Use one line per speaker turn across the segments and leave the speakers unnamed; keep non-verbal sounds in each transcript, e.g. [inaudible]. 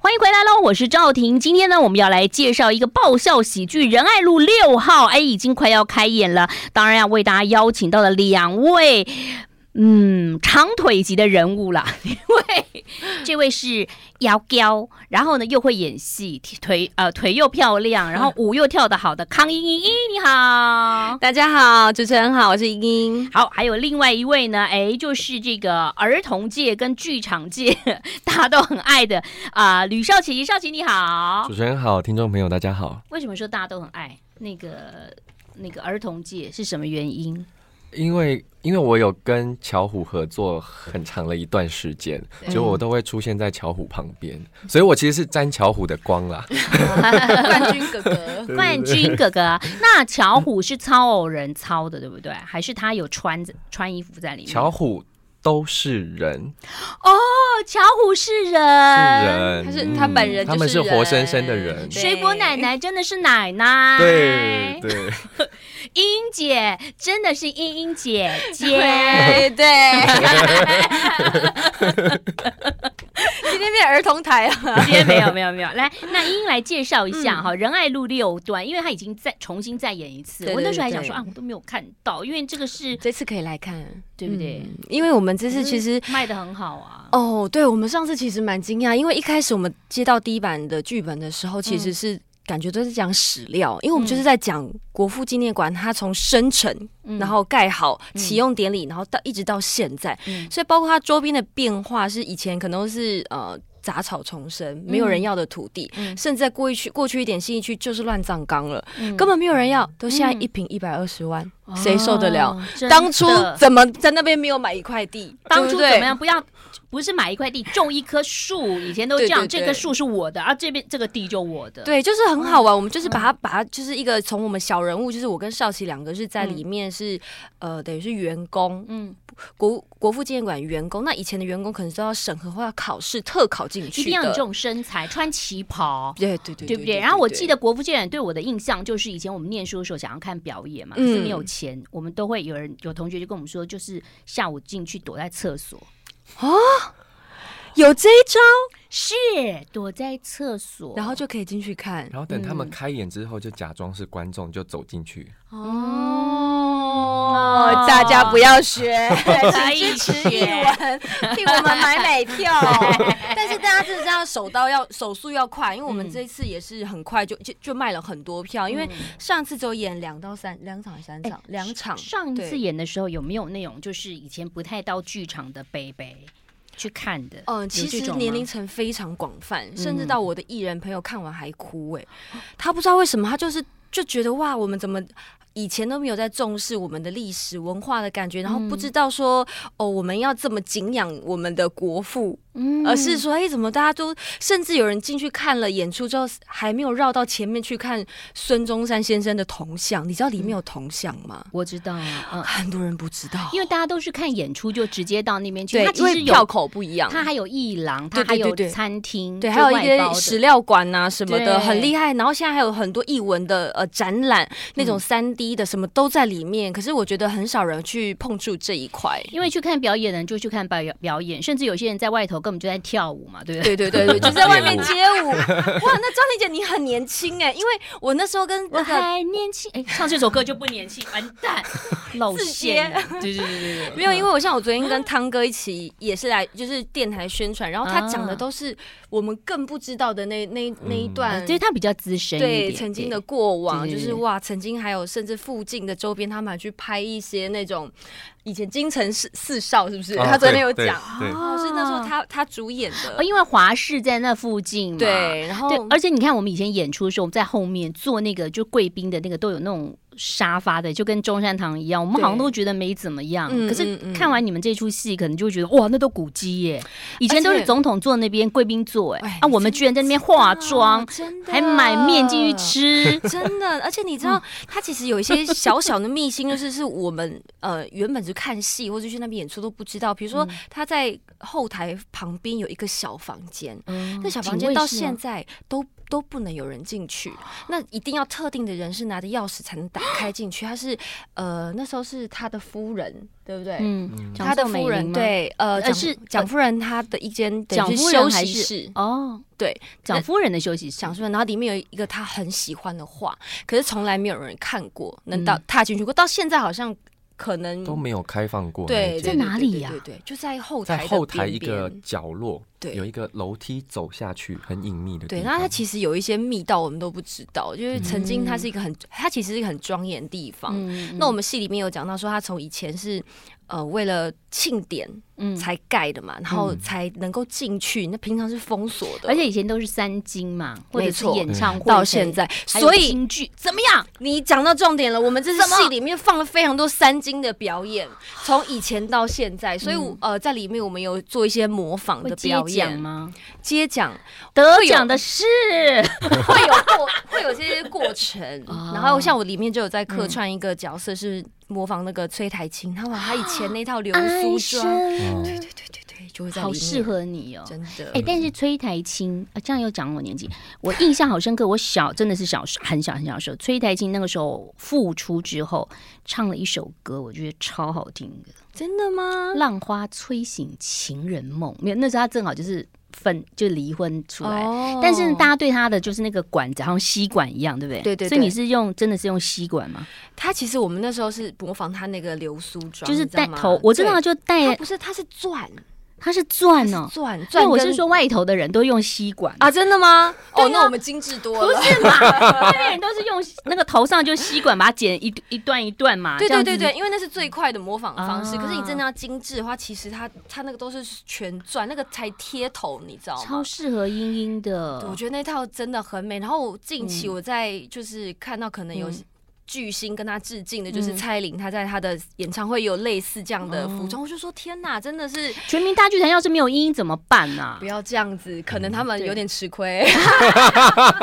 欢迎回来喽，我是赵婷。今天呢，我们要来介绍一个爆笑喜剧《仁爱路六号》，哎，已经快要开演了。当然要啊为大家邀请到了两位，嗯，长腿级的人物啦。 [laughs] 因为这位是姚娇，然后呢又会演戏，腿呃腿又漂亮，然后舞又跳得好的康英英，英你好。
大家好，主持人好，我是英英。
好，还有另外一位呢，哎，就是这个儿童界跟剧场界 [laughs] 大家都很爱的啊、吕少奇，少奇你好
主。持人好，听众朋友大家好。
为什么说大家都很爱那个那个儿童界是什么原因？
因为因为我有跟巧虎合作很长的一段时间，就我都会出现在巧虎旁边，所以我其实是沾巧虎的光啦。
嗯冠军哥哥，
冠军哥哥，那巧虎是操偶人操的，对不对？还是他有穿着穿衣服在里面？
巧虎都是人，
哦巧虎是人，
是人，
嗯他
嗯
是他本人就是人
他们是活生生的人。
对
水果奶奶真的是奶奶，
对，
[laughs]
对，
英姐真的是英英姐姐。
[laughs] 对对。 [laughs] 今天变儿童台啊了，
今天没有没有没有，来，那英英来介绍一下哈，仁爱路六段》，因为他已经再重新再演一次。
对对
我那时候还想说
对
啊，我都没有看到，因为这个是
这次可以来看，
对不对
嗯？因为我们这次其实。
卖的很好啊。
哦，对，我们上次其实蛮惊讶，因为一开始我们接到第一版的剧本的时候，其实是感觉都是讲史料，因为我们就是在讲国父纪念馆，它从生成，
嗯
然后盖好启用典礼，然后到一直到现在，
嗯
所以包括它周边的变化，是以前可能是呃杂草丛生，没有人要的土地，
嗯
甚至在过一区过去一点新一区就是乱葬岗了，
嗯
根本没有人要，都现在
嗯
一平一百二十万，谁受得了？？
哦真的
当初怎么在那边没有买一块地？
当初
对不对
怎么？样？不要，不是买一块地种一棵树，以前都这样，
对对
这
对
棵树是我的，啊，这边这个地就我的。嗯
对，就是很好玩。我们就是把它，把它就是一个从我们小人物，就是我跟少奇两个是在里面是，呃，等于是员工，
嗯，
国国父纪念馆员工。那以前的员工可能都要审核或要考试特考进去
一
的，
定要有这种身材，穿旗袍，
对对对
对不对？然后我记得国父纪念馆对我的印象就是以前我们念书的时候想要看表演嘛，可是没有
嗯
钱，我们都会有人有同学就跟我们说，就是下午进去躲在厕所，
有这一张，
是躲在厕所，
然后就可以进去看。
然后等他们开演之后，就假装是观众，就走进去。
哦
嗯哦，大家不要学，
可以
[laughs] 请支持
学
艺文，替我们买买 [laughs] 票。但是大家真的这样手刀要手速要快，因为我们
嗯
这一次也是很快就就就卖了很多票，因为上次只有演两到三两场还哎是三场两场，
上一次
对
演的时候有没有那种就是以前不太到剧场的北北去看的？
嗯，
有
其
这
实
种
年
吗
龄层非常广泛，甚至到我的艺人朋友看完还哭哎、他不知道为什么，他就是就觉得哇，我们怎么以前都没有在重视我们的历史文化的感觉，然后不知道说、哦，我们要这么敬仰我们的国父，
嗯
而是说哎、怎么大家都甚至有人进去看了演出之后，还没有绕到前面去看孙中山先生的铜像，你知道里面有铜像吗？
我知道，嗯，
很多人不知道，
因为大家都是看演出就直接到那边去，
对
它，其
因
实
为票
有。
口不一样，
它还有艺廊，它
对对
还
对
有
对
餐厅，
对，
就
还有一
外包
些
的
史料馆呐、什么
对
的，很厉害。然后现在还有很多译文的呃展览，那
嗯
种三 D 的什么都在里面。可是我觉得很少人去碰触这一块。
因为去看表演的人就去看表演表演，甚至有些人在外头根本就在跳舞嘛，对不对？
对对对对，就在外面街
[laughs]
舞。哇，那张丽姐你很年轻哎、因为我那时候跟
我
那个。
还年轻，哎，唱这首歌就不年轻，完
[laughs]
蛋，露馅了。对对对对对，
没有，因为我像我昨天跟汤哥一起也是来，就是电台宣传，然后他讲
啊
的都是我们更不知道的那那那一段，
就是嗯他比较资深一
对
点
曾经的过往，
对
就
对
是
对
哇，曾经还有甚至附近的周边，他们还去拍一些那种以前京城四四少是不是？
啊
他昨天有
对
讲，
对对
哦，是那时
啊
候他他主演
呃，
的，
因为华视在那附近嘛，
对，然后
对，而且你看我们以前演出的时候，我们在后面坐那个就贵宾的那个都有那种沙发的，就跟中山堂一样，我们
对
好像都觉得没怎么样，
嗯
可是
嗯嗯
看完你们这出戏，可能就会觉得哇，那都古迹耶，以前都
而
是
且
总统坐那边，贵宾坐哎
哎，
啊，我们居然在那边化妆
啊，真的。
还买面进去。吃 [laughs]
真的，而且你
嗯
知道，他其实有一些小小的秘辛，就是是我们呃原本是看戏或者去那边演出都不知道。比如
嗯
说他在后台旁边有一个小房间，
嗯哦
那小房间到现在都都不能有人进去，那一定要特定的人士拿着钥匙才能打开进去。他是呃那时候是他的夫人，对不对？
嗯，
他的夫人对，呃，
呃
蒋
是
蒋夫人她的一间等
蒋
于
夫
是
人
休
还
息
是
室，
哦，
对，
蒋夫人的休息室，
蒋夫人，然后里面有一个她很喜欢的画，可是从来没有人看过，能
嗯
到踏进去过，到现在好像可能
都没有开放过那一
对，
间。
在
对
哪里呀
对对，对对就在后台
在
的
后台
边
一个
边
角落，
对
有一个楼梯走下去，很隐秘的地
对，
方。
那它其实有一些密道我们都不知道，就是曾经它是一个很，
嗯
它其实是一个很庄严的地方。
嗯
那我们戏里面有讲到说，它从以前是呃为了庆典
嗯
才盖的嘛，然后才能够进去。那平常是封锁的，
而且以前都是三金嘛，或者
没
是
错
演唱会
到现，在，
还有
所以
京剧怎么样？
你讲到重点了，我们这次
什么
戏里面放了非常多三金的表演，从以前到现在，所以我、呃，在里面我们有做一些模仿
嗯会
的
接
表
奖
演，
吗？[laughs]
接奖
得
会有
奖的是
会有过会有这些过程，
[laughs] 哦
然后像我里面就有在客串一个角色是模仿那个崔台青，他把他以前那套流苏装，
哦
生，
对对对对，就会在
嗯
里
好
面，
适合你哦。
真的，
哎、但是崔台青啊，这样又讲我年纪，我印象好深刻。我小真的是小时很小很小的时候，崔台青那个时候复出之后，唱了一首歌，我觉得超好听的，
真的吗？
《浪花吹醒情人梦》。没有，那时候他正好就是分就离婚出来，
哦
但是大家对他的就是那个管子，好像吸管一样，对不对？
对对对
所以你是用真的是用吸管吗？
他其实我们那时候是模仿他那个流苏装，
就是
你知道
戴
吗
头，我知道
对
就
他
戴，
不是，他是钻，
它是钻
是
哦。
钻
所以
钻。
我是说，外头的人都用吸管，
啊，真的吗？
对啊
哦，那我们精致多
不
了。
是嘛？ [laughs] 外面人都是用那个头上就吸管把它剪一一段一段嘛。
对
这
对
样子
对对，因为那是最快的模仿方式。
啊
可是你真的要精致的话，其实它它那个都是全钻，那个才贴头，你知道吗
超？适合英英的
对。我觉得那套真的很美。然后我近期我在就是看到可能有
嗯
巨星跟他致敬的，就是蔡依林，她在她的演唱会有类似这样的服装，我就说天哪，真的是
全民大剧团要是没有英英怎么办啊呢
不？要这样子，可能他们
对
有点吃亏。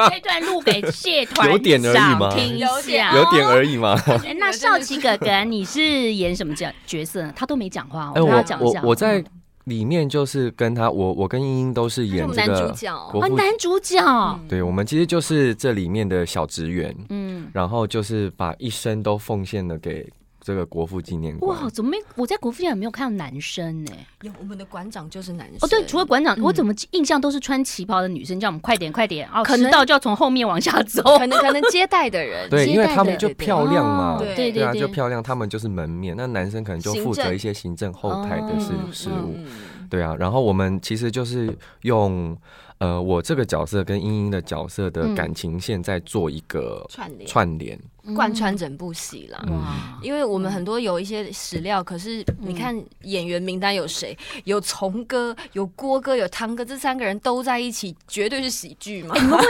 这段录给谢团
有点而已
长
嘛
听一
有点
下。
有点而已嘛。
哎那少奇哥哥，你是演什么角角色呢？他都没讲话哦，
哎，
我跟他
我
讲一
我
下。啊
我在里面就是跟他，我我跟英英都是
他
演
是我们
这
男
个
主角
国
哦，
父，
男主角，
嗯
对我们其实就是这里面的小职员，
嗯，
然后就是把一生都奉献了给这个国父纪念馆。
哇，怎么没？我在国父纪念馆没有看到男生呢、
有我们的馆长就是男生
哦，对，除了馆长，
嗯
我怎么印象都是穿旗袍的女生，叫我们快 [laughs] 点快点哦，
可能
迟到就要从后面往下 [laughs] 走。
可能可能接待的人
对，
接
因为
待
他们
的
就
对对
漂亮
哦
嘛，
对
对
对啊，
对
就漂亮，他们就是门面。那男生可能就
行
负责
政
一些行政后台的事
嗯嗯
事务，
嗯嗯
对啊。然后我们其实就是用呃我这个角色跟英英的角色的
嗯
感情线在做一个
串联
串联，
贯穿整部戏啦。
嗯
哇，
因为我们很多有一些史料，可是
嗯
你看演员名单有谁？有从哥，有郭哥，有汤哥，这三个人都在一起，绝对是喜剧嘛。
你们会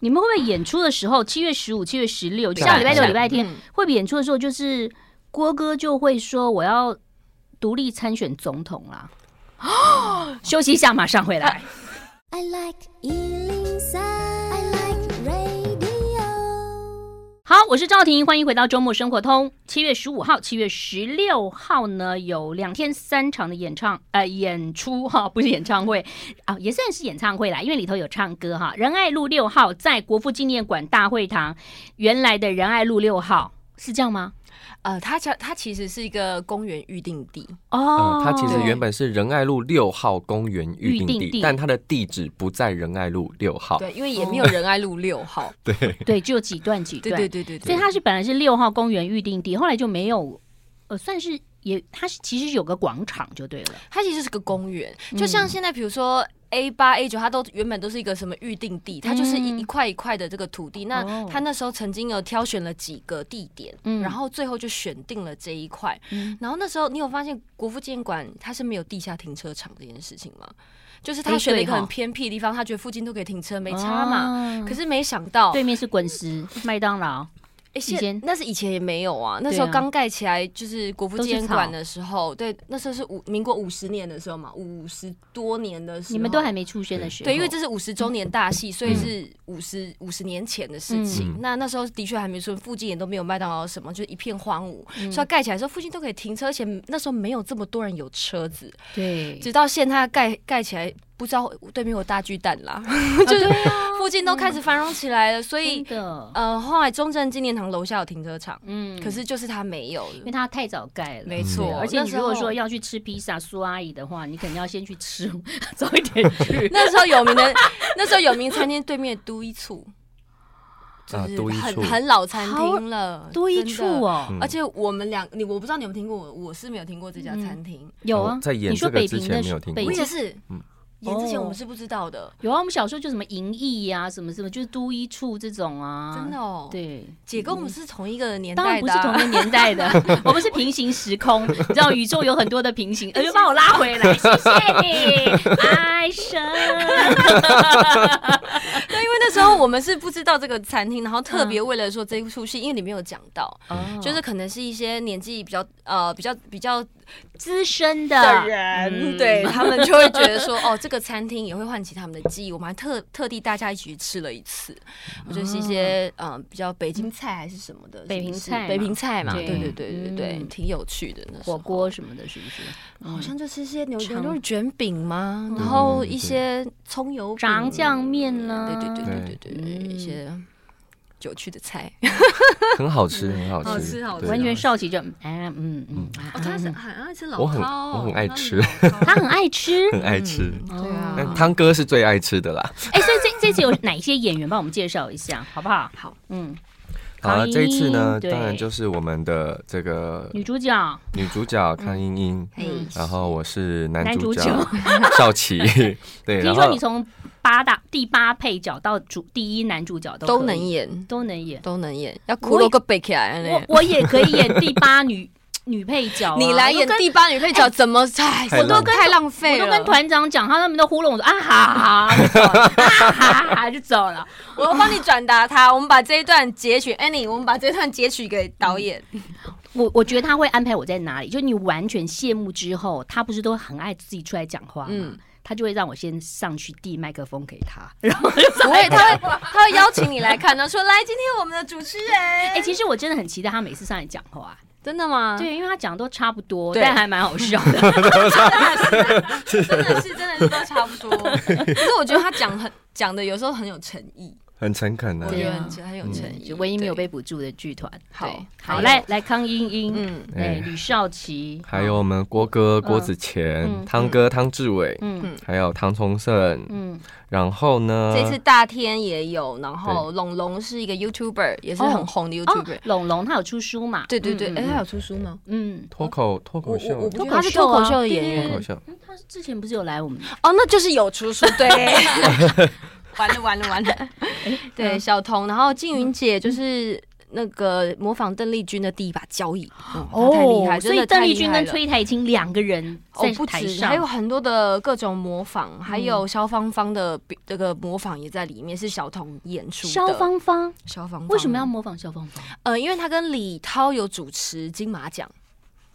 你们会不会演出的时候，七月十五、七月十六，
对
下礼拜六、
对
礼拜天
嗯
会不会演出的时候，就是郭哥就会说我要独立参选总统啦。 [laughs] 休息一下，马上回来。
I like Ealing Sound. I like radio.
好，我是赵婷，欢迎回到周末生活通。七月十五号、七月十六号呢，有两天三场的演唱呃演出哈、 [laughs] 不是演唱会啊，也算是演唱会啦，因为里头有唱歌哈。仁爱路六号在国父纪念馆大会堂，原来的仁爱路六号是这样吗？
嗯
呃，它其它其实是一个公园预定地，
哦
呃，，它其实
对
原本是仁爱路六号公园预
预
定
定地
地，但它的地址不在仁爱路六号。
对，因为也没有仁爱路六号，
对，只有几段几
对
段，
对对对
所以
对。
它是本来是六号公园预定地，后来就没有，呃，算是也它是其实有个广场就对了，
它其实是个公园，
嗯
就像现在比如说 A 八 A 九，它都原本都是一个什么预定地，它就是
嗯
一一块一块的这个土地。
哦
那它那时候曾经有挑选了几个地点，
嗯
然后最后就选定了这一块。
嗯
然后那时候你有发现国父纪念馆它是没有地下停车场这件事情吗？就是
哎
他选了一个
对哦哦
很偏僻的地方，他觉得附近都可以停车，没
没
差嘛。
嘛
可是没想到，
对面是滚石、麦当劳。
哎，
以前
现那是以前也没有啊，那时候
对啊
刚盖起来就是国父
都是
纪念
草
馆的时候，对，那时候是五民国五十年的时候嘛，五十多年的时候，
你们都还没嗯出生的时候，
对，因为这是五十周年大戏，所以是五十五十年前的事情。
嗯
那那时候的确还没出，附近也都没有麦当劳什么，就是一片荒芜，
嗯
所以盖起来的时候附近都可以停车，而且那时候没有这么多人有车子，
对
直到现在盖盖起来。不知道对面有大巨蛋啦， [laughs]
就
就是
是
附近都开始繁荣起来了，所以
真的，
呃，后来中正纪念堂楼下有停车场，
嗯，
可是就是它没有了，
因为它太早盖了。
没
对
错，
而且
那
你
时
如果说
候
要去吃披萨，苏阿姨的话，你肯定要先去吃， [laughs] 早一点
[laughs]
去。
[laughs] 那时候有名的，那时候有名餐厅对面都一处，就
啊
是
都一
很、
处
很老餐厅了，
多一
真的
处。哦，
嗯
而且我们两，你我不知道你有没有听过，我我是没有听过这家餐厅，
有啊
哦。在演
你说
这个
北
之
平
前
的
没有
是
听
北
过
我
京
也是
嗯。
演之前
哦
我们是不知道的，
有啊，我们小时候就什么银翼啊，什么什么，就是都一处这种啊，
真的哦。，
对。
姐跟我们是同一个年
当然
代
不
的
是同
啊，
一个年代的，我们是平行时空。你知道宇宙有很多的平
[laughs]
行，呃，就把我拉回来，谢谢你，爱神。
[laughs] 对，因为那时候我们是不知道这个餐厅，然后特别为了说这一出戏，因为里面有讲到，就是可能是一些年纪比较呃比较比较
资深
的
的
人，
嗯
[laughs] 对他们就会觉得说，哦，这个餐厅也会唤起他们的记忆。我们还特特地大家一起去吃了一次，我就是一些嗯、呃比较北京菜还是什么的，
北平
是不是
菜嘛
北平菜嘛，
对
对对对对对，
嗯
挺有趣的那时候
火
嗯
锅什么的，是不是？
好像就吃一些牛
肠
牛肉卷饼嘛，然
嗯
后一些葱油
[laughs]
饼
炸酱面啦
对对对对对对
嗯
对，一些有趣的菜。
很好吃，很
[laughs]
好吃，
好吃好吃
对啊
完全少奇就，哎，嗯嗯，
哦
啊
很爱吃老哦
我很我很爱吃，
他很爱
[laughs]
吃。
很爱吃。
嗯
[laughs] 对啊，
但汤哥是最爱吃的啦。
哎，所以这这次有哪些演员帮我们介绍一下，好不好？
好，
嗯，
好了，
康
这一次呢，
英对
当然就是我们的这个
女主角
女主角康英英，
嘿
嗯
然后我是
男
男
主
主角
角 [laughs]
少奇，对，
听
然
说
后
你从八大第八配角到主第一男主角都
都
可以
能演，
都能演，
都能演，要
我
骷
也
髅个背起来啊呢
我。我也可以演第八女 [laughs] 女配角啊、
你来演第八女配角怎么？哎，
我都
跟
太浪费
我
了。
都跟团长讲，他们都糊弄我说啊哈哈，我走了，啊哈哈就走了。
我要帮你转达他。我们把这一段截取，Annie，我们把这一段截取给导 [laughs] 演。
我我觉得他会安排我在哪里，就你完全谢幕之后，他不是都很爱自己出来讲话吗？
嗯
他就会让我先上去递麦克风给
[laughs]
他，然后
不会，他会他会邀请你来看，他说来，今天我们的主持人。
哎、其实我真的很期待他每次上来讲话，
真的吗？
对，因为他讲的都差不多，
啊对
但还蛮好笑
[laughs]
的。
真的是真的是都差不 [laughs] 多。可是我觉得他讲很讲的有时候很有诚意，
很诚恳啊
我
对
觉得
啊
很很有诚意。
就唯一没有
对
被补助的剧团。
好
对
还
好，
有
来来，康英英，
嗯
哎，
哎
吕少奇，
还有我们郭哥郭子
嗯
乾、汤哥汤志伟，
嗯
还有唐崇盛，
嗯，
然后呢，
嗯这次大天也有，然后龙龙是一个 YouTuber，也是很红的
哦
YouTuber。，
龙龙他有出书嘛？
对对对，
嗯
哎，他有出书吗？
嗯，
脱口脱口秀，
我
脱
不
他
他
是
是
脱
脱
口
口
秀
秀啊
的
的
演
演
员
员
口秀，
嗯他之前不是有来我们？
哦，那就是有出书，
[laughs]
对，完了完了完了， [laughs] 对，
嗯
小童，然后静云姐就是那个模仿邓丽君的第一把交椅，嗯她太厉害，
哦所
真的
以邓
太
丽
厉
君
害
跟
了。
崔台青两个人
哦
在，
不
台
止，
上，嗯
还有很多的各种模仿，还有萧芳芳的比这个模仿也在里面，是小童演出的。
萧芳芳，
萧芳芳
为什么要？模仿萧芳芳？
呃，因为她跟李涛有主持金马奖，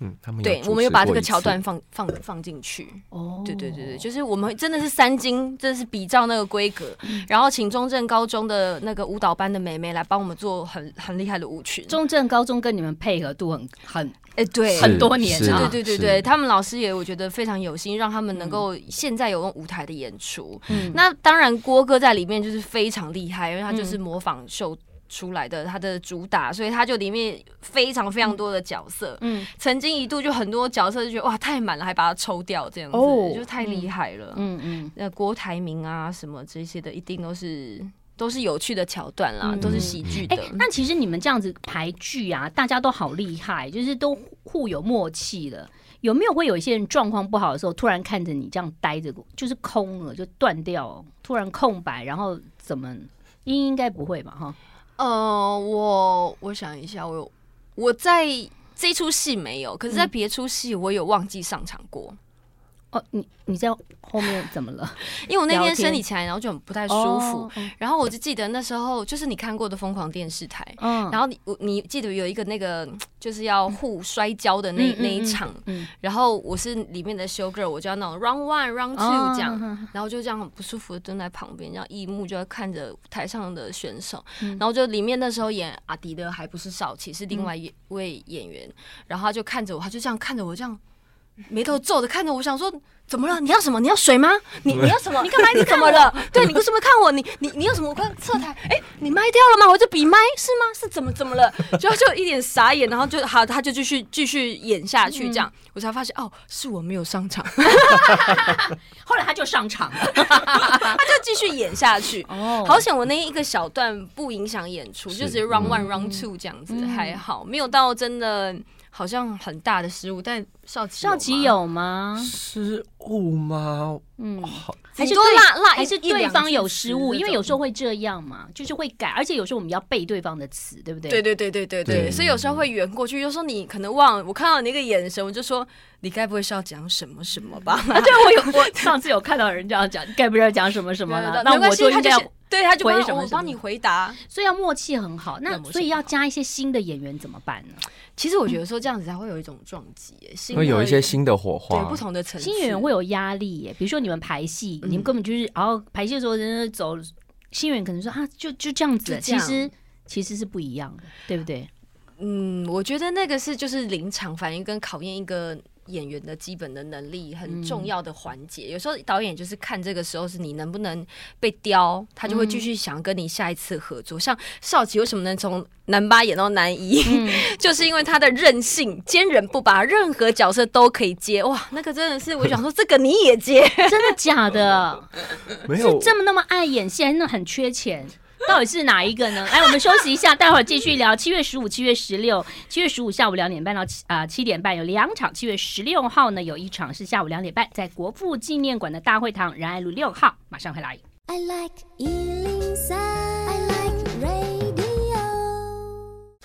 嗯，他们
对，我们有把这个桥段放放放进去。
哦，
对对对对，就是我们真的是三金，真的是比照那个规格，
嗯
[laughs] 然后请中正高中的那个舞蹈班的妹妹来帮我们做很很厉害的舞群。
中正高中跟你们配合度很很
哎、对。
很多年啊
对对对对，，他们老师也我觉得非常有心，让他们能够现在有用舞台的演出。
嗯
那当然，郭哥在里面就是非常厉害，因为他就是模仿秀出来的，他的主打，所以他就里面非常非常多的角色。
嗯
曾经一度就很多角色就觉得哇太满了，还把它抽掉，这样子、
哦
就太厉害了。
嗯嗯，
那呃郭台铭啊什么这些的，一定都是都是有趣的桥段啦，
嗯
都是喜剧的
哎、。那其实你们这样子排剧啊，大家都好厉害，就是都互有默契了。有没有会有一些人状况不好的时候，突然看着你这样呆着，就是空了，就断掉，突然空白，然后怎么？应应该不会吧？哈，
呃，我我想一下，我有我在这出戏没有，可是在别出戏我有忘记上场过，
哦，你你在后面怎么了？
因为我那
聊
天
天
生理起来，然后就很不太舒服。
哦，
然后我就记得那时候就是你看过的《疯狂电视台》。
嗯，
然后你我你记得有一个那个就是要互摔跤的那、
嗯嗯
那一场，
嗯
然后我是里面的 show girl，我就要那种 round one
哦
round two 这样，
嗯
然后就这样很不舒服的蹲在旁边，然后一幕就在看着台上的选手，
嗯
然后就里面那时候演阿迪的还不是少奇，是另外一位演员，然后他就看着我，他就这样看着我这样眉头皱着看着我，想说怎么了？你要什么？你要水吗？你你要什么？你干嘛？你怎么了？对你为什么看我？你你你有什么？我快侧台！哎、你麦掉了吗？我这笔麦是吗？是怎么怎么了？就就一脸傻眼，然后就好，他就继续继续演下去，这样、我才发现哦，是我没有上场， [laughs]
后来他就上场了。
他就继续演下去。
哦
好险，我那一个小段不影响演出，就只是 round one、round two 这样子，还好没有到真的好像很大的失误。但少奇
少奇
吗
有吗？
失误吗？
嗯，
好，
还是
顶多
对
辣辣
还
一
是
一两
对方
句
有
词
失误？
那
因为有
种
时候会这样嘛，就是会改，而且有时候我们要背对方的词，对不对？
对对对对对对，
对
所以有时候会圆过去，就说你可能忘了，我看到你那个眼神，我就说你该不会是要讲什么什么吧？
[laughs] 啊，对我有我上次有看到有人这样讲，该不知道讲什么什么了，
没
那
关
我
系
就，应
他
该
就
要
是对他就
回
帮
什么
我
什
帮
么
你回答。
所以要默契很好。那
要默契
所以要加一些新的演员怎么办呢？
其实我觉得说这样子才会有一种撞击，哎新
会有
的
一些新的火
对
花
不。同的层次，
新演员会有压力耶，比如说你们排戏，你们
嗯
根本就是，然后排戏的时候人家走，新演员可能说啊，就就这样子，
就这样
其实其实是不一样的，对不
[laughs]
对？
嗯，我觉得那个是就是临场反应跟考验一个。演员的基本的能力很重要的环节，有时候导演就是看这个时候是你能不能被雕，他就会继续想跟你下一次合作。像少奇为什么能从男八演到男一， [laughs] 就是因为他的任性、坚韧不拔，任何角色都可以接。哇，那个真的是我想说，这个你也接，
真的假
[laughs]
的？
没
是
有
这么那么爱演戏，还是那么很缺钱？到底是哪一个呢？来， [laughs] 哎我们休息一下，待会儿继续聊。七月十五、七月十六，七月十五下午两点半到七啊七、点半有两场，七月十六号呢有一场是下午两点半，在国父纪念馆的大会堂仁爱路六号，马上回来。
I like Ealing Sound. I like radio.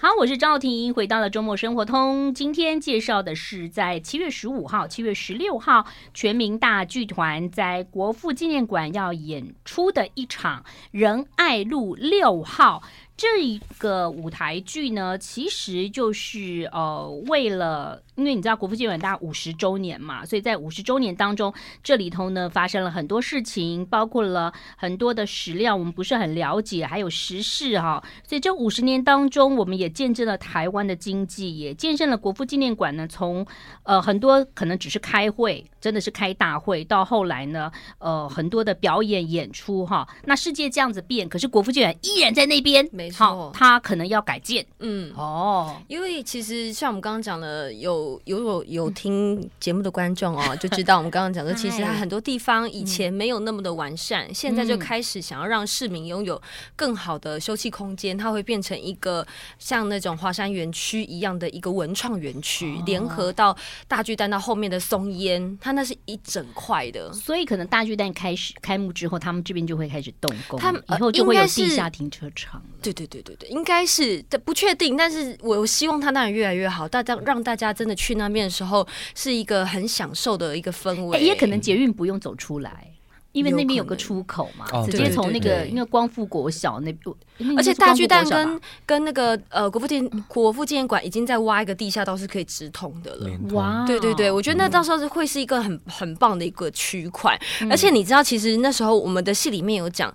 好，我是赵婷，回到了周末生活通。今天介绍的是在七月十五号、七月十六号，全民大剧团在国父纪念馆要演出的一场《仁爱路六号》这一个舞台剧呢，其实就是呃，为了因为你知道国父纪念馆大五十周年嘛，所以在五十周年当中，这里头呢发生了很多事情，包括了很多的史料，我们不是很了解，还有时事哈、所以这五十年当中，我们也见证了台湾的经济，也见证了国父纪念馆呢，从呃很多可能只是开会，真的是开大会，到后来呢，呃很多的表演演出哈。那世界这样子变，可是国父纪念馆依然在那边，
没错
好它可能要改建
嗯。
哦。
因为其实像我们刚刚讲的，有有有有听节目的观众哦， [laughs] 就知道我们刚刚讲说，其实它
嗯嗨
很多地方以前没有那么的完善，现在就
嗯
开始想要让市民拥有更好的休憩空间，它会变成一个像那种华山园区一样的一个文创园区，
哦
联合到大巨蛋到后面的松烟，它那是一整块
[laughs]
的。
所以可能大巨蛋开始开幕之后，他们这边就会开始动工，
他们
以
呃
后就会有
应该是
地下停车场了。
对对对对对，应该是但不确定，但是我希望它那里越来越好，大家让大家真的去那边的时候是一个很享受的一个氛围，
哎也可能捷运不用走出来。因为那边有个
有可能
出口嘛，
哦
直
对
接
对
从那
对
个
对
因为光复国小那，那
而且
是光
大
复
巨蛋
国小吧嗯
跟跟那个呃国父纪国父纪念馆已经在挖一个地下道是可以直通的了。
连通
哇，
对对对，，我觉得那到时候是会是一个很很棒的一个区块，而且你知道，其实那时候我们的戏里面有讲，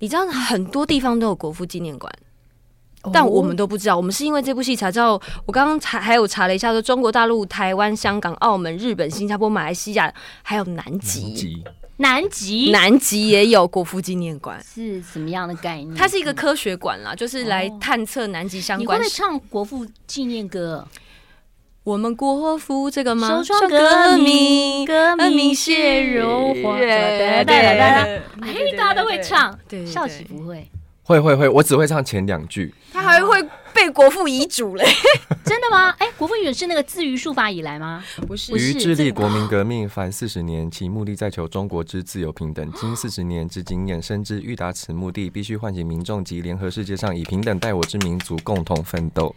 你知道很多地方都有国父纪念馆，但我们都不知道，我们是因为这部戏才知道。我刚刚查还有查了一下，说中国大陆、台湾、香港、澳门、日本、新加坡、马来西亚，还有南
南
极，
极
南极
南极也有国父纪念馆。
是什么样的概念？
它是一个科学馆啦，就是来探测南极相
你会
关
不会唱国父纪念歌？
我们国服这个吗？
手创革命，革
啊
命血
柔
如
滑
花，哒哒哒哒，
对
嘿，大家都会。唱，
对对对
少奇不会，
会会会，我只会唱前两句。
他还会被国父遗嘱 [laughs] 嘞，
真的吗？哎，国父也是那个自于术法以来吗？
不是
不是
于致力国民革命，凡四十年，其目的在求中国之自由平
啊
等。经四十年之经验，深知欲达此目的，必须唤醒民众及联合世界上以平等待我之民族共同奋斗。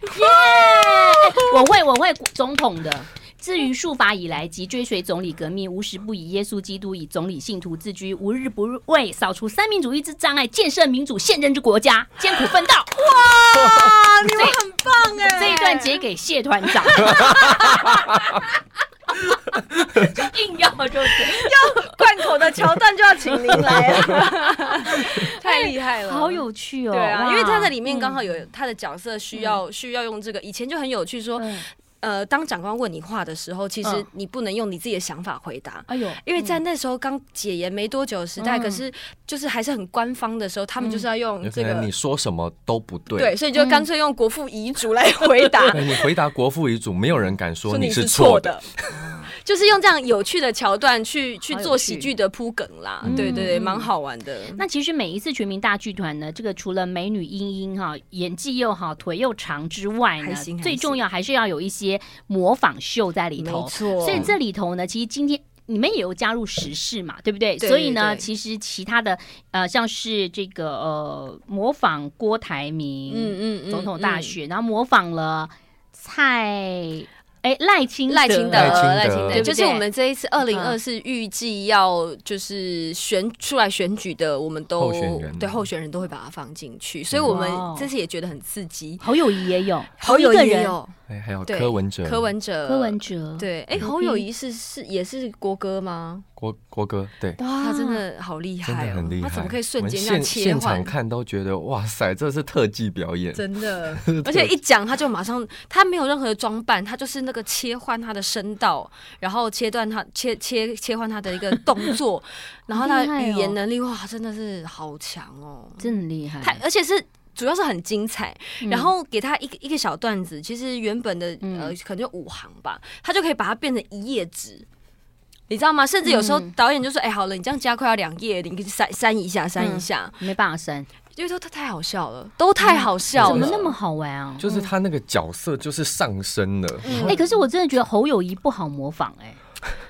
我会，我会总统的。至于术法以来及追随总理革命，无时不以耶稣基督以总理信徒自居，无日不为扫除三民主义之障碍，建设民主宪政之国家，艰苦奋斗。
啊，你们很棒哎！
这一段截给谢团
[laughs]
长。 [laughs] 就硬要就是，
贯口的桥段就要请您来了， [laughs] 太厉害了，
哎好。有嗯趣哦！
对啊，因为他在
里嗯
里面刚好有他的角色需要需要用这个，以前就很有趣，说呃，当长官问你话的时候，其实
嗯
你不能用你自己的想法回答。
哎呦，
因为在那时候刚解严没多久的时代，
嗯
可是就是还是很官方的时候，他们就是要用
有
这
可
个
能你说什么都不对。
对，所以就
嗯
干脆用国父遗嘱来回答，
对，你回答国父遗嘱，没有人敢说
你
是
错
错的。，
[laughs] 就是用这样有趣的桥段去去
好有
做
趣
喜剧的铺梗啦
嗯，
对对对，
嗯
蛮好玩的。
那其实每一次全民大剧团呢，这个除了美女英英哈演技又好、腿又长之外呢
还行，还
最
行
重要还是要有一些模仿秀在里头。
错
所以这里头呢，其实今天。你们也有加入时事嘛，对不对？
对
所以呢，
对
其实其他的呃，像是这个呃，模仿郭台铭，
嗯嗯
总统大选，然后模仿了蔡哎赖清
赖清德，
赖清德
赖清德，
对
不对嗯
就是我们这一次二零二四预计要就是选出来选举的，我们都
候选人
对候选人都会把它放进去，所以我们这次也觉得很刺激。
侯友谊也有，
侯友
哦一个
谊也
人，
有，
哎，还有
对
柯文哲，
柯文哲，
柯文哲，嗯
对，哎，
何
侯友
必
谊是是也是国歌吗？
郭郭哥，对，
哇
他真
啊
的好厉
真
害
的
哦，
很厉害。
他怎么可以瞬间
我
这样
们现
切
现场
换？
看都觉得哇塞，这是特技表演。
真
[laughs]
的，而且一讲他就马上，他没有任何装扮，他就是那个切换他的声道，然后切断他切切切换他的一个动作，然后他
好厉害哦
语言能力哇，真的是好强哦，
真的很厉害。
他而且是。主要是很精彩，
嗯
然后给他一个一个小段子，其实原本的
嗯
呃可能就五行吧，他就可以把它变成一页纸，你知道吗？甚至有时候
嗯
导演就说：“哎、好了，你这样加快要两页，你可以删删一下，删一下。
没办法
[laughs]
删，
因为说他太好笑了，都太好笑了，
嗯怎么那么好玩啊？
就是他那个角色就是上升了，
嗯
哎、可是我真的觉得侯友谊不好模仿哎、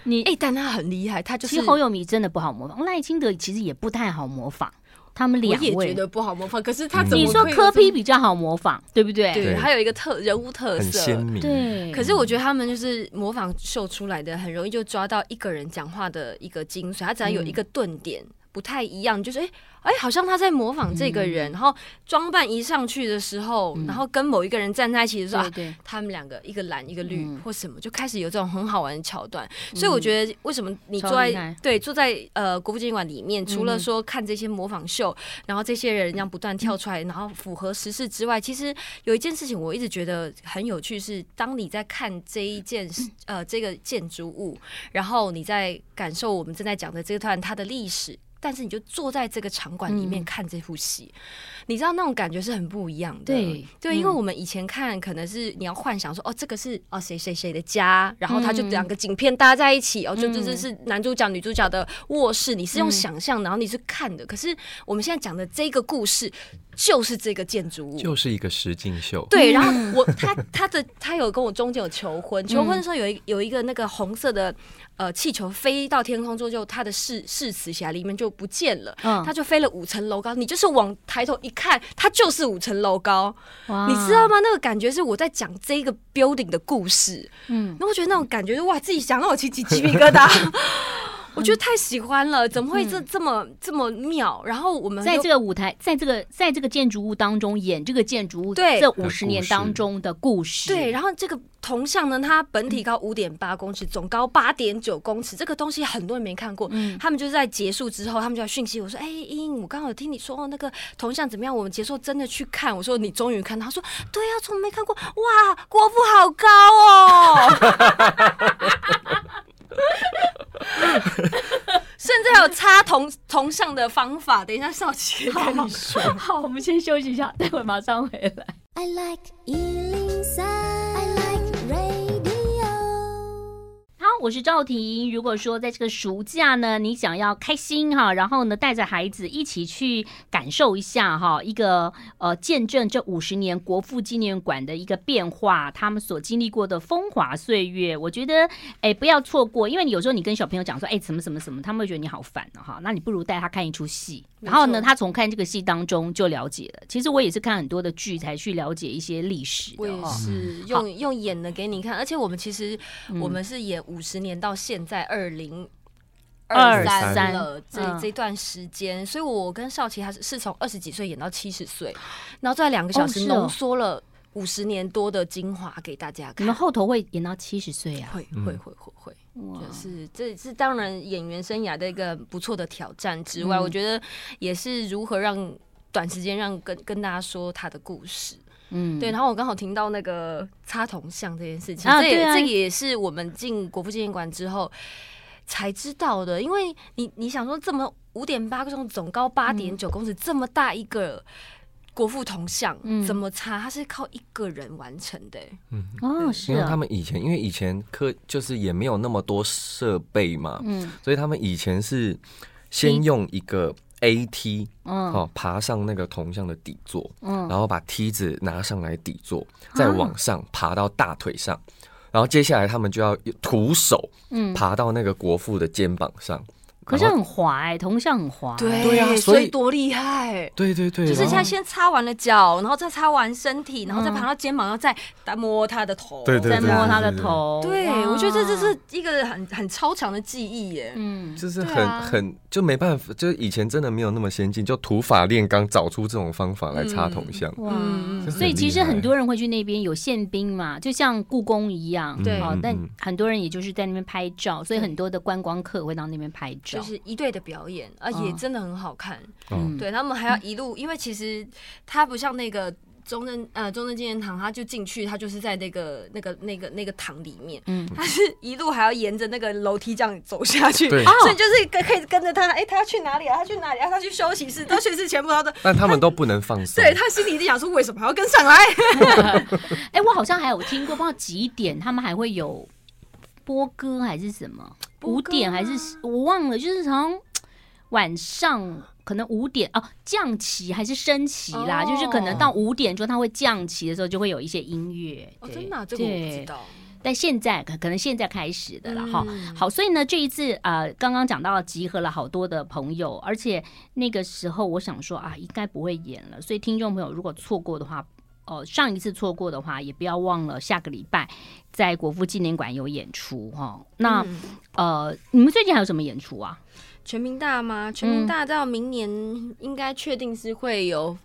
你、
哎、但他很厉害，他就是
其实侯友谊真的不好模仿，赖清德其实也不太好模仿，他们两
我也觉
位，
得不好模仿，可是他
嗯
怎么
你说
可以
柯
这么
批比较好模仿，对不对？
对，
对
还有一个特人物特
很鲜
色。
明。
对
可是我觉得他们就是模仿秀出来的，很容易就抓到一个人讲话的一个精髓。他只要有一个顿点、不太一样，就是哎哎、好像他在模仿这个人。然后装扮一上去的时候，然后跟某一个人站在一起的时候，
对
啊
对，
他们两个一个蓝一个绿、
嗯
或什么，就开始有这种很好玩的桥段。所以我觉得为什么你坐
超
在
厉害
对坐在呃国父纪念馆里面，除
嗯
了
哼
说看这些模仿秀，然后这些人这样不断跳出来，然后符合时事之外，其实有一件事情我一直觉得很有趣是，当你在看这一件
[clears throat]
事呃这个建筑物，然后你在感受我们正在讲的这段它的历史。但是你就坐在这个场馆里面
嗯
看这部戏，你知道那种感觉是很不一样的。
对
对，因为
嗯
我们以前看可能是你要幻想说，哦，这个是哦谁谁谁的家，然后他就
嗯
两个景片搭在一起，哦，就这
嗯
这是男主角女主角的卧室，你是用
嗯
想象，然后你是看的。可是我们现在讲的这个故事就是这个建筑物。
就是一个实境秀，
对，然后
嗯
我他他的他有跟我中间有求婚，求婚的时候有一有一个那个红色的呃气球飞到天空之后，就他的誓誓词写在里面就不见了，
嗯
他就飞了五层楼高，你就是往抬头一看，它就是五层楼高，
嗯哇
你知道？吗？那个感觉是我在讲这个 building 的故事，
嗯，
然后我觉得那种感觉就哇，自己想让我起起鸡皮疙瘩，我觉得太喜欢了，怎么会这这么这么妙？然后我们
在
又
这个舞台，在这个在这个建筑物当中演这个建筑物
对
这
故
五十年当
事
中的故事，
对，然后这个铜像呢，它本体高五点八公尺，总高八点九公尺，这个东西很多人没看过。他们就是在结束之后，他们就来讯息我说：“哎、英英，我刚好有听你说哦，那个铜像怎么样？我们结束真的去看。”我说：“你终于看到。”他说：“对啊，从没看过，哇，国父好高哦。”甚至还有插铜铜像的方法，等一下少奇可以跟你说。
好，我们先休息一下，待会马上回来。
I like Ealing Sound. I like radio.
好，我是赵婷。如果说在这个暑假呢，你想要开心哈，然后呢带着孩子一起去感受一下哈，一个呃见证这五十年国父纪念馆的一个变化，他们所经历过的风华岁月，我觉得哎不要错过，因为你有时候你跟小朋友讲说哎什么什么什么，他们会觉得你好烦哦哈，那你不如带他看一出戏，然后呢
没错
他从看这个戏当中就了解了。其实我也是看很多的剧才去了解一些历史
我
的
也
哈。
是
好
用用演的给你看，而且我们其实
嗯
我们是演五十年到现在二零。
23
了，这
嗯
这段时间，所以我跟少奇他是是从二十几岁演到七十岁，然后在两个小
哦
时
是哦
浓缩了五十年多的精华给大家
你
看
们。后头会演到七十岁啊？
会会会会会，
哇
就是这是当然演员生涯的一个不错的挑战之外，
嗯
我觉得也是如何让短时间让跟跟大家说他的故事。
嗯，
对，然后我刚好听到那个插铜像这件事情，
啊
这
对
也、
啊
这也是我们进国父纪念馆之后才知道的，因为你你想说这么五点八公尺，总高八点九公尺，这么大一个。国父铜像
嗯
怎么插？它是靠一个人完成的、欸
嗯，
哦，是
因为他
啊，
们以前，因为以前科就是也没有那么多设备嘛，
嗯
所以他们以前是先用一个 A T
嗯
哦爬上那个铜像的底座，
嗯，
然后把梯子拿上来底座，再往上爬到大腿上，然后接下来他们就要徒手
嗯，
爬到那个国父的肩膀上。
可是
然后
很滑哎，铜像很滑，，
对啊所以
所以多厉害！
对对对，
就是
然后
他先擦完了脚，然后再擦完身
嗯
体，然后再爬到肩膀，然后再摸他的头。
对对
再摸他的
对对对
头，
对
哇
我觉得这这是一个很很超强的记忆耶。
嗯，
就是
对
很、
啊
很就没办法，就是以前真的没有那么先进，就土法炼钢找出这种方法来插铜像。
哇。
嗯
这
所以
很
其
厉
实很
害
多人会去那边有宪兵嘛，就像故宫一样，
对
好
嗯，
但
嗯
很多人也就是在那边拍照，所以很多的观光客会到那边拍照
就。是一队的表演，啊，
嗯
也真的很好看。
哦
嗯，
对他们还要一路，因为其实它不像那个中正呃中正纪念堂，它就进去，它就是在那个那个那个那个堂里面，
嗯
它是一路还要沿着那个楼梯这样走下去，
对
哦
所以就是跟可以跟着他，哎、他要去哪里啊？他去哪里啊？他去休息室，他休息室全部他都。
但他们都不能放
[laughs]
松。啊
对他心里一定想说，为什么还要跟上
[laughs]
来？
哎、我好像还有听过，不知道几点他们还会有播歌还是什么，
播
五
歌啊
点
吗
还是我忘了，就是从晚上可能五点哦降旗还是升旗啦，
哦
就是可能到五点钟它会降旗的时候就会有一些音乐。
哦，
对
真的啊、这个我不
对
知道。
但现在可可能现在开始的了哈。
嗯
好，所以呢，这一次呃，刚刚讲到集合了好多的朋友，而且那个时候我想说啊，应该不会演了，所以听众朋友如果错过的话，呃，上一次错过的话，也不要忘了下个礼拜在国父纪念馆有演出哈、哦。那、
嗯
呃，你们最近还有什么演出啊？
全民大吗？全民大到明年应该确定是会有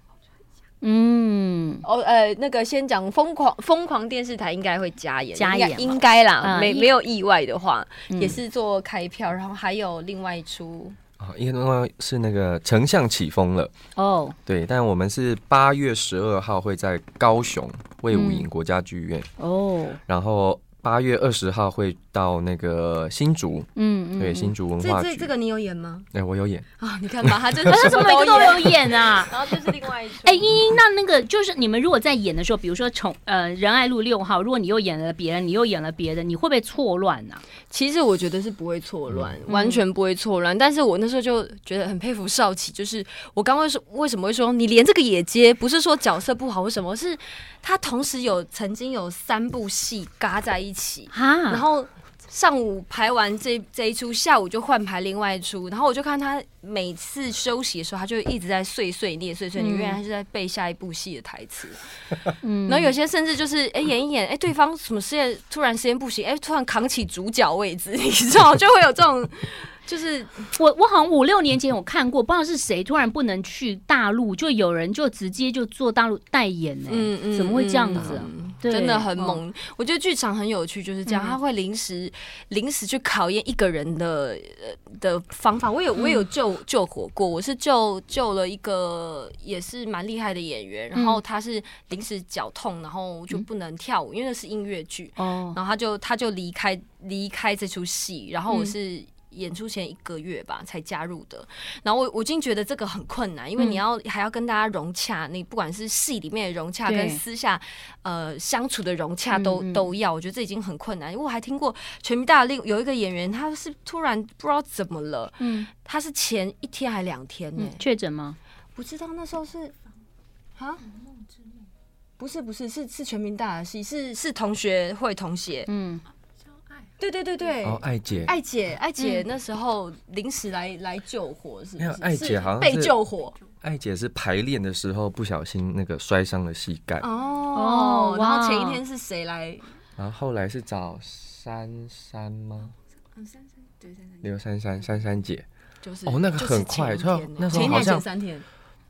嗯，
哦，呃，那个先讲疯狂疯狂电视台应该会加演，
加
应该
演嘛
应该啦，
嗯
没
一
没有意外的话，
嗯
也是做开票，然后还有另外一出
啊，因为是那个丞相起风了。
哦，
对，但我们是八月十二号会在高雄魏武营国家剧院，
哦，
然后八月二十号会到那个新竹，
嗯嗯，
对，
嗯
新竹文
这
化
这
局。
这个你有演吗？
哎、我有演，
啊，你看吧，
[laughs]
他真的
可是
什
怎
么
么每个
都
都
演，
有演啊？
然后就是另外一出，
[laughs] 哎，英英，那那个就是你们如果在演的时候，比如说从呃仁爱路六号，如果你又演了别人，你又演了别人，你会不会错乱啊呢、
其实我觉得是不会错乱，
嗯
完全不会错乱。但是我那时候就觉得很佩服少奇，就是我刚刚说为什么会说你连这个也接，不是说角色不好或什么，是他同时有曾经有三部戏嘎在一起，
哈，
然后上午排完这这一出，下午就换排另外一出，然后我就看他每次休息的时候，他就一直在碎碎念碎碎念，
嗯
原来他是在背下一部戏的台词。
嗯
然后有些甚至就是哎、演一演，哎、对方什么实验突然实验不行，哎、突然扛起主角位置， [laughs] 你知道就会有这种，就是
我我好像五六年前我看过，不知道是谁突然不能去大陆，就有人就直接就做大陆代言呢、
嗯嗯，
怎么会这样子啊
嗯
对哦
真的很猛。我觉得剧场很有趣，就是这样，
嗯
他会临时临时去考验一个人的呃的方法。我有我有
嗯
救救火过，我是救救了一个也是蛮厉害的演员，然
嗯
后他是临时脚痛，然后就不能跳舞，因为那是音乐剧。
哦，
然后他就他就离开离开这出戏，然后我
嗯
是演出前一个月吧才加入的，然后我我已经觉得这个很困难，因为
嗯
你要、还要跟大家融洽，你不管是戏里面的融洽
对
跟私下呃相处的融洽都、
嗯嗯
都要，我觉得这已经很困难。因为我还听过全民大的另有一个演员，他是突然不知道怎么了，
嗯，
他是前一天还两天呢、
嗯确诊吗？
不知道那时候是啊。不是不是是是全民大的戏，是是同学会同学，
嗯，
对对对对，哎
哦，艾姐，
艾姐，艾姐
嗯
那时候临时来来救火，是不
没有
是？
艾姐
是
好像
被
是
救火
艾姐是排练的时候不小心那个摔伤了膝盖，
哦
哦
然后
哇
前一天是谁来？
然后后来是找珊珊吗？
哦
刘珊珊，珊珊姐，
就是
哦那个
就是
很
前一
快就
天
哦那时候
前一
好
天
像
前三天，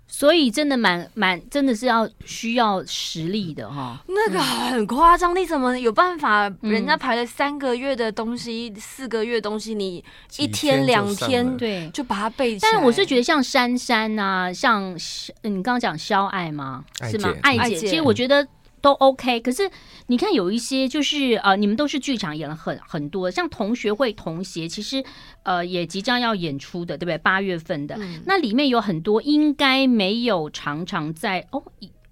所以真的蛮蛮，真的是要需要实力的哈、
那个很夸张，你怎么有办法？
嗯
人家排了三个月的东西，四个月的东西，你
几
一天两
就上
天
了
对，
就把它背起来。
但我是觉得像珊珊啊，像肖嗯你刚刚讲肖爱吗？
爱
是吗
姐？
爱
爱
姐，
姐
其实我觉得都 OK。可是你看有一些就是呃，你们都是剧场演了很很多，像同学会、同协，其实呃也即将要演出的，对不对？八月份的、
嗯
那里面有很多应该没有常常在哦。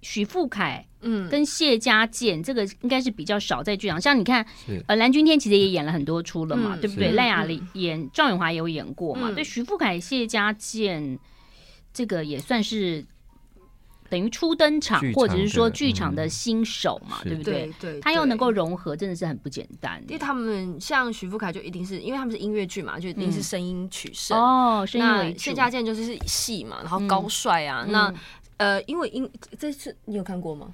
许富凯
嗯，
跟谢家健，这个应该是比较少在剧场。像你看
是，
呃，蓝钧天其实也演了很多出了嘛，
嗯
对不对？
是
赖雅玲演，赵咏华也有演过嘛。
嗯
对，徐富凯、谢家健，这个也算是等于初登场
剧，场
或者是说
的嗯
剧场的新手嘛，
是
对不
对
对？
对，
他要
对
能够。融合，真的是很不简单。
因为他们像许富凯就一定是因为他们是音乐剧嘛，就一定是
嗯
声音取胜。
哦，声音
那
为主
谢。家健就是戏嘛，然后
嗯
高帅啊，那
嗯
呃，因为音这次你有看过吗？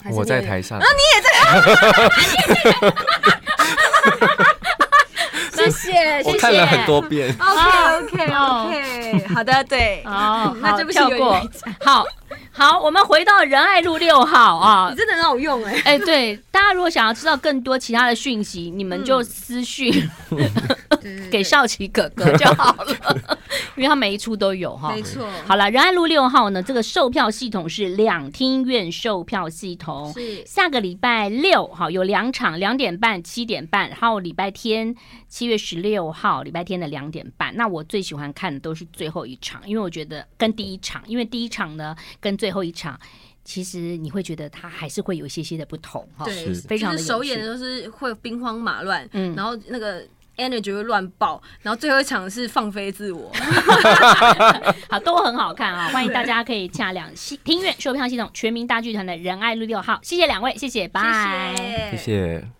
还是
我在
那个啊
台上，
谢谢，
[laughs] 我
谢
看
谢。
了很多遍。
哦啊 OK OK
哦
OK，好的， [laughs] 对。，
哦
那
好
对不起
跳
有
过
有一。
好好，我们回到仁爱路六号啊
[laughs] 你，真的很好用哎、
哎、对，大家如果想要知道更多其他的讯息，你们
嗯
就私讯给少奇哥哥就好了，因为他每一出都有哈
没。错，
好了，仁爱路六号呢，这个售票系统是两厅院售票系统。
是
下个礼拜六好有两场，两点半、七点半，然后礼拜天七月十六号礼拜天的两点半。那我最喜欢看的都是最后一场，因为我觉得跟第一场，因为第一场呢跟最后一场，其实你会觉得它还是会有一些些的不同哈。
对，
是
非常
就
的
是首演的都是会兵荒马乱，
嗯
然后那个 energy 会乱爆，然后最后一场是放飞自我，
好，都很好看啊！欢迎大家可以洽两系听乐售票系统全民大剧团的仁爱路六号，谢谢两位，谢谢，拜。
谢
谢谢。